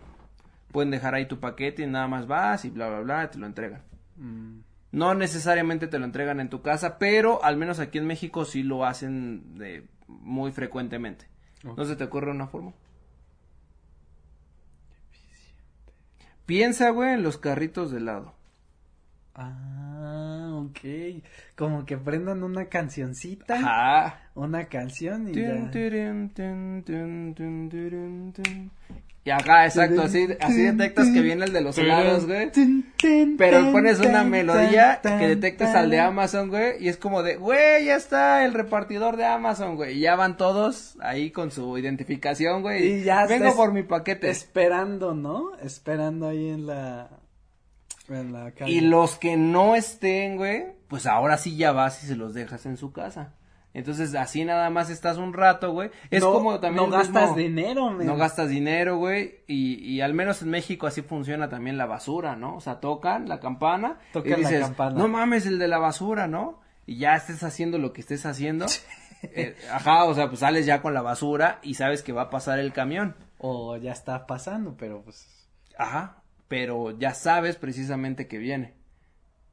Speaker 1: Pueden dejar ahí tu paquete y nada más vas y bla, bla, bla, y te lo entregan.
Speaker 2: Mm,
Speaker 1: No necesariamente te lo entregan en tu casa, pero al menos aquí en México sí lo hacen de, muy frecuentemente. ¿No se te ocurre una forma? Piensa, güey, en los carritos de helado.
Speaker 2: Ah, ok. Como que prendan una cancioncita,
Speaker 1: Ajá.
Speaker 2: una canción y
Speaker 1: Tun,
Speaker 2: Ah. ya.
Speaker 1: turun, tun, tun, tun, turun, tun. Y ajá, exacto, así, así detectas que viene el de los helados, güey. Pero pones una melodía que detectas al de Amazon, güey, y es como de, güey, ya está el repartidor de Amazon, güey. Y ya van todos ahí con su identificación, güey.
Speaker 2: Y ya
Speaker 1: Vengo
Speaker 2: estás-
Speaker 1: por mi paquete.
Speaker 2: Esperando, ¿no? Esperando ahí en la. En la calle.
Speaker 1: Y los que no estén, güey, pues ahora sí ya vas y se los dejas en su casa. Entonces, así nada más estás un rato, güey. Es
Speaker 2: No-
Speaker 1: como también.
Speaker 2: No
Speaker 1: el mismo-
Speaker 2: gastas dinero, men.
Speaker 1: No gastas dinero, güey. Y, y al menos en México así funciona también la basura, ¿no? O sea, tocan la campana.
Speaker 2: Tocan la
Speaker 1: y dices,
Speaker 2: campana.
Speaker 1: No mames, el de la basura, ¿no? Y ya estés haciendo lo que estés haciendo. eh, ajá, o sea, pues sales ya con la basura y sabes que va a pasar el camión.
Speaker 2: O ya está pasando, pero pues.
Speaker 1: Ajá, pero ya sabes precisamente que viene.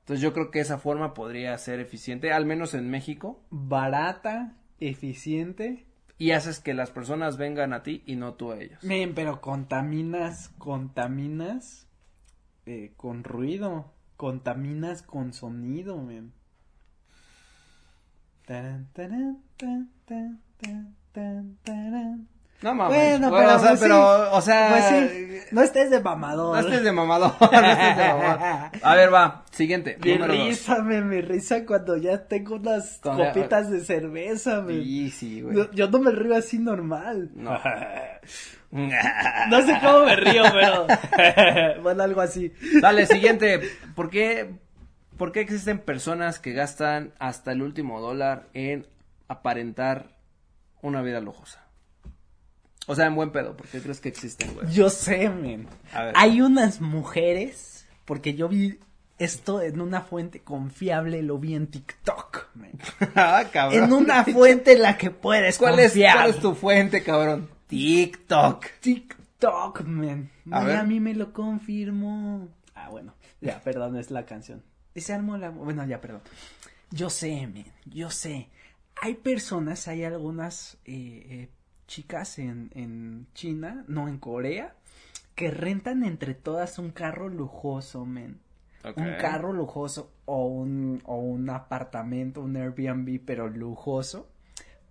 Speaker 1: Entonces yo creo que esa forma podría ser eficiente, al menos en México,
Speaker 2: Barata, eficiente.
Speaker 1: y haces que las personas vengan a ti y no tú a ellos.
Speaker 2: Men, pero contaminas, contaminas eh, con ruido, contaminas con sonido, men. Tarán, tarán, tan, tan, tan, tan, tarán.
Speaker 1: No mames.
Speaker 2: Bueno, pero,
Speaker 1: o sea,
Speaker 2: pues, sí.
Speaker 1: pero, o sea,
Speaker 2: Pues sí, no estés de mamador.
Speaker 1: Ah, no estés de mamador, no estés de mamador. A ver, va, siguiente,
Speaker 2: Mi
Speaker 1: número dos.
Speaker 2: risa, men, mi risa cuando ya tengo unas
Speaker 1: Cuando-
Speaker 2: copitas de cerveza, men.
Speaker 1: Sí, sí, güey.
Speaker 2: No, yo no me río así normal.
Speaker 1: No.
Speaker 2: No sé cómo me río, pero. bueno, algo así.
Speaker 1: Dale, siguiente. ¿Por qué, ¿Por qué existen personas que gastan hasta el último dólar en aparentar una vida lujosa? O sea, en buen pedo, ¿por qué crees que existen, güey?
Speaker 2: Yo sé, men.
Speaker 1: A ver.
Speaker 2: Hay unas mujeres, porque yo vi esto en una fuente confiable, lo vi en TikTok, men.
Speaker 1: ah,
Speaker 2: En una fuente en la que puedes
Speaker 1: ¿Cuál es,
Speaker 2: confiar.
Speaker 1: ¿Cuál es tu fuente, cabrón? TikTok.
Speaker 2: TikTok, men.
Speaker 1: A
Speaker 2: Ay,
Speaker 1: ver.
Speaker 2: a mí me lo confirmó. Ah, bueno. Ya, perdón, es la canción. Y se armó la... Bueno, ya, perdón. Yo sé, men, yo sé. Hay personas, hay algunas eh, eh, chicas en, en China, no, en Corea, que rentan entre todas un carro lujoso, men. Un carro lujoso o un, o un apartamento, un Airbnb, pero lujoso,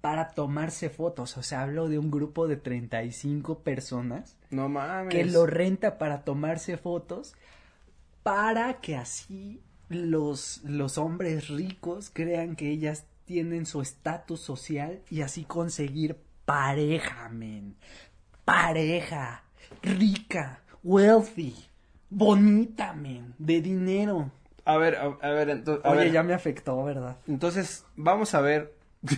Speaker 2: para tomarse fotos. O sea, hablo de un grupo de 35 personas
Speaker 1: No mames.
Speaker 2: que lo renta para tomarse fotos para que así los, los hombres ricos crean que ellas tienen su estatus social y así conseguir pareja, men. Pareja, rica, wealthy,
Speaker 6: bonita, men, de dinero.
Speaker 1: A ver, a, a ver, entonces.
Speaker 2: Oye, ya me afectó, ¿verdad?
Speaker 1: Entonces, vamos a ver.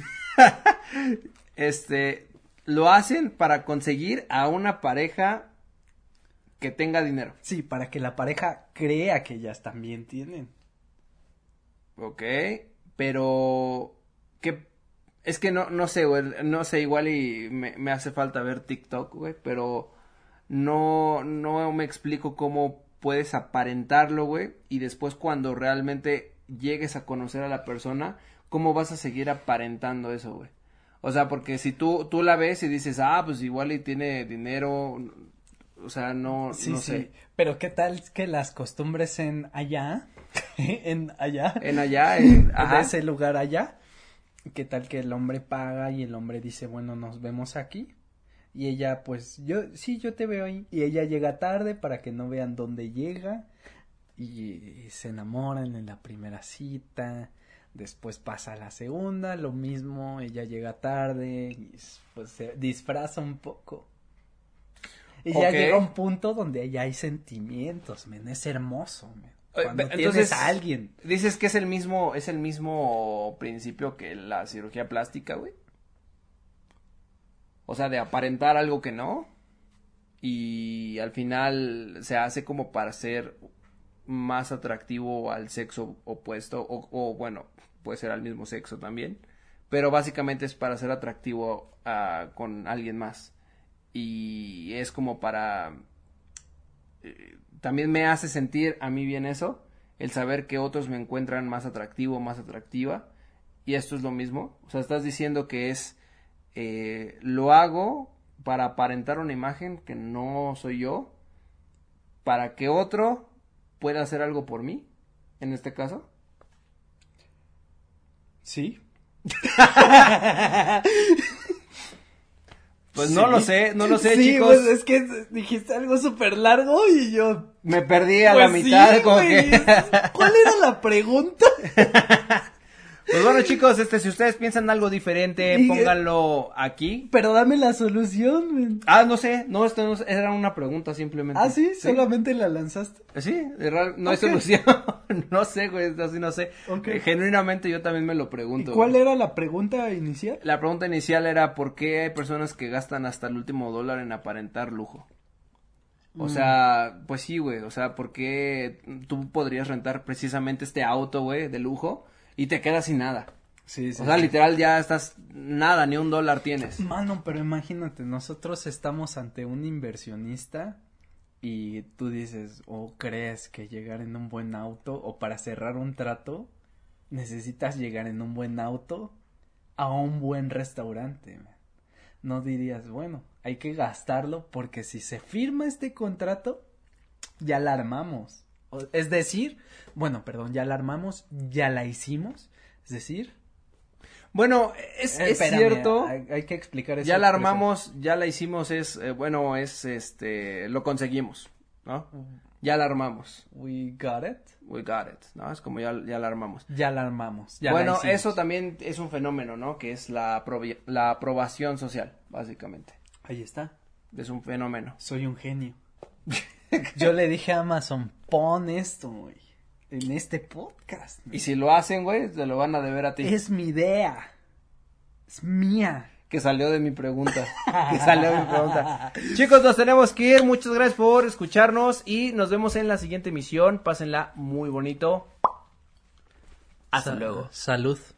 Speaker 1: este, lo hacen para conseguir a una pareja que tenga dinero.
Speaker 6: Sí, para que la pareja crea que ellas también tienen.
Speaker 1: Ok, pero que es que no, no sé, güey, no sé, igual y me, me hace falta ver TikTok, güey, pero no, no me explico cómo puedes aparentarlo, güey, y después cuando realmente llegues a conocer a la persona, ¿cómo vas a seguir aparentando eso, güey? O sea, porque si tú, tú la ves y dices, ah, pues igual y tiene dinero, o sea, no,
Speaker 2: Sí,
Speaker 1: no
Speaker 2: sí.
Speaker 1: sé.
Speaker 2: Pero qué tal que las costumbres en allá, en allá,
Speaker 1: En allá, en,
Speaker 2: de
Speaker 1: ajá.
Speaker 2: ese lugar allá, qué tal que el hombre paga y el hombre dice, bueno, nos vemos aquí. Y ella, pues, yo, sí, yo te veo ahí. Y ella llega tarde para que no vean dónde llega. Y, se enamoran en la primera cita. Después pasa la segunda, lo mismo, ella llega tarde, y s- pues se disfraza un poco. Y ya
Speaker 1: Ok.
Speaker 2: llega un punto donde ya hay sentimientos, men, es hermoso, men.
Speaker 1: Eh,
Speaker 2: Cuando
Speaker 1: ve-
Speaker 2: tienes
Speaker 1: entonces-
Speaker 2: a alguien.
Speaker 1: Dices que es el mismo, es el mismo principio que la cirugía plástica, güey. O sea, de aparentar algo que no. Y al final se hace como para ser más atractivo al sexo opuesto. O, o, bueno, puede ser al mismo sexo también. Pero básicamente es para ser atractivo ah, con alguien más. Y es como para también me hace sentir a mí bien eso, el saber que otros me encuentran más atractivo, más atractiva, y esto es lo mismo. O sea, estás diciendo que es, eh, lo hago para aparentar una imagen que no soy yo, para que otro pueda hacer algo por mí, en este caso.
Speaker 6: Sí.
Speaker 1: Pues no lo sé, no lo sé,
Speaker 2: sí,
Speaker 1: chicos.
Speaker 2: pues, es que dijiste algo súper largo y yo.
Speaker 1: Me perdí a la
Speaker 2: pues sí,
Speaker 1: mitad, como
Speaker 2: güey,
Speaker 1: que-
Speaker 2: ¿Cuál era la pregunta?
Speaker 1: Pues bueno, chicos, este, si ustedes piensan algo diferente,
Speaker 2: Y-
Speaker 1: pónganlo aquí.
Speaker 2: Pero dame la solución, men.
Speaker 1: Ah, no sé, no, esto no, era una pregunta simplemente.
Speaker 2: Ah, sí, solamente la lanzaste.
Speaker 1: Sí, de real- no hay
Speaker 2: Ok.
Speaker 1: solución. no sé, güey, así no sé.
Speaker 2: Ok.
Speaker 1: Eh, Genuinamente yo también me lo
Speaker 6: ¿Y
Speaker 1: pregunto.
Speaker 6: cuál
Speaker 1: güey.
Speaker 6: era la pregunta inicial?
Speaker 1: La pregunta inicial era ¿por qué hay personas que gastan hasta el último dólar en aparentar lujo? O sea, pues sí, güey, o sea, ¿por qué tú podrías rentar precisamente este auto, güey, de lujo y te quedas sin nada?
Speaker 6: Sí,
Speaker 1: O sea, literal ya estás nada, ni un dólar tienes.
Speaker 2: Mano, pero imagínate, nosotros estamos ante un inversionista y tú dices, o crees que llegar en un buen auto, o para cerrar un trato, necesitas llegar en un buen auto a un buen restaurante. man. No dirías, bueno, hay que gastarlo porque si se firma este contrato, ya la armamos. O- Es decir, bueno, perdón, ya la armamos, ya la hicimos. Es decir, "Eh,
Speaker 1: Bueno, es, es
Speaker 2: Espérame,
Speaker 1: cierto.
Speaker 2: Hay, hay que explicar eso.
Speaker 1: Ya la armamos, ya la hicimos, es, eh, bueno, es, este, lo conseguimos, ¿no? Ya la armamos.
Speaker 2: We got it.
Speaker 1: We got it, ¿no? Es como ya, ya la armamos.
Speaker 2: Ya la armamos. ya la
Speaker 1: bueno,
Speaker 2: hicimos.
Speaker 1: eso también es un fenómeno, ¿no? Que es la, aprobi- la aprobación social, básicamente.
Speaker 2: Ahí está.
Speaker 1: Es un fenómeno.
Speaker 6: Soy un genio.
Speaker 2: Yo le dije a Amazon, pon esto, güey. En este podcast. güey.
Speaker 1: Y si lo hacen, güey, te lo van a deber a ti.
Speaker 2: Es mi idea. Es mía.
Speaker 1: Que salió de mi pregunta. que salió de mi pregunta. Chicos, nos tenemos que ir. Muchas gracias por escucharnos y nos vemos en la siguiente emisión. Pásenla muy bonito. Hasta luego.
Speaker 2: Salud.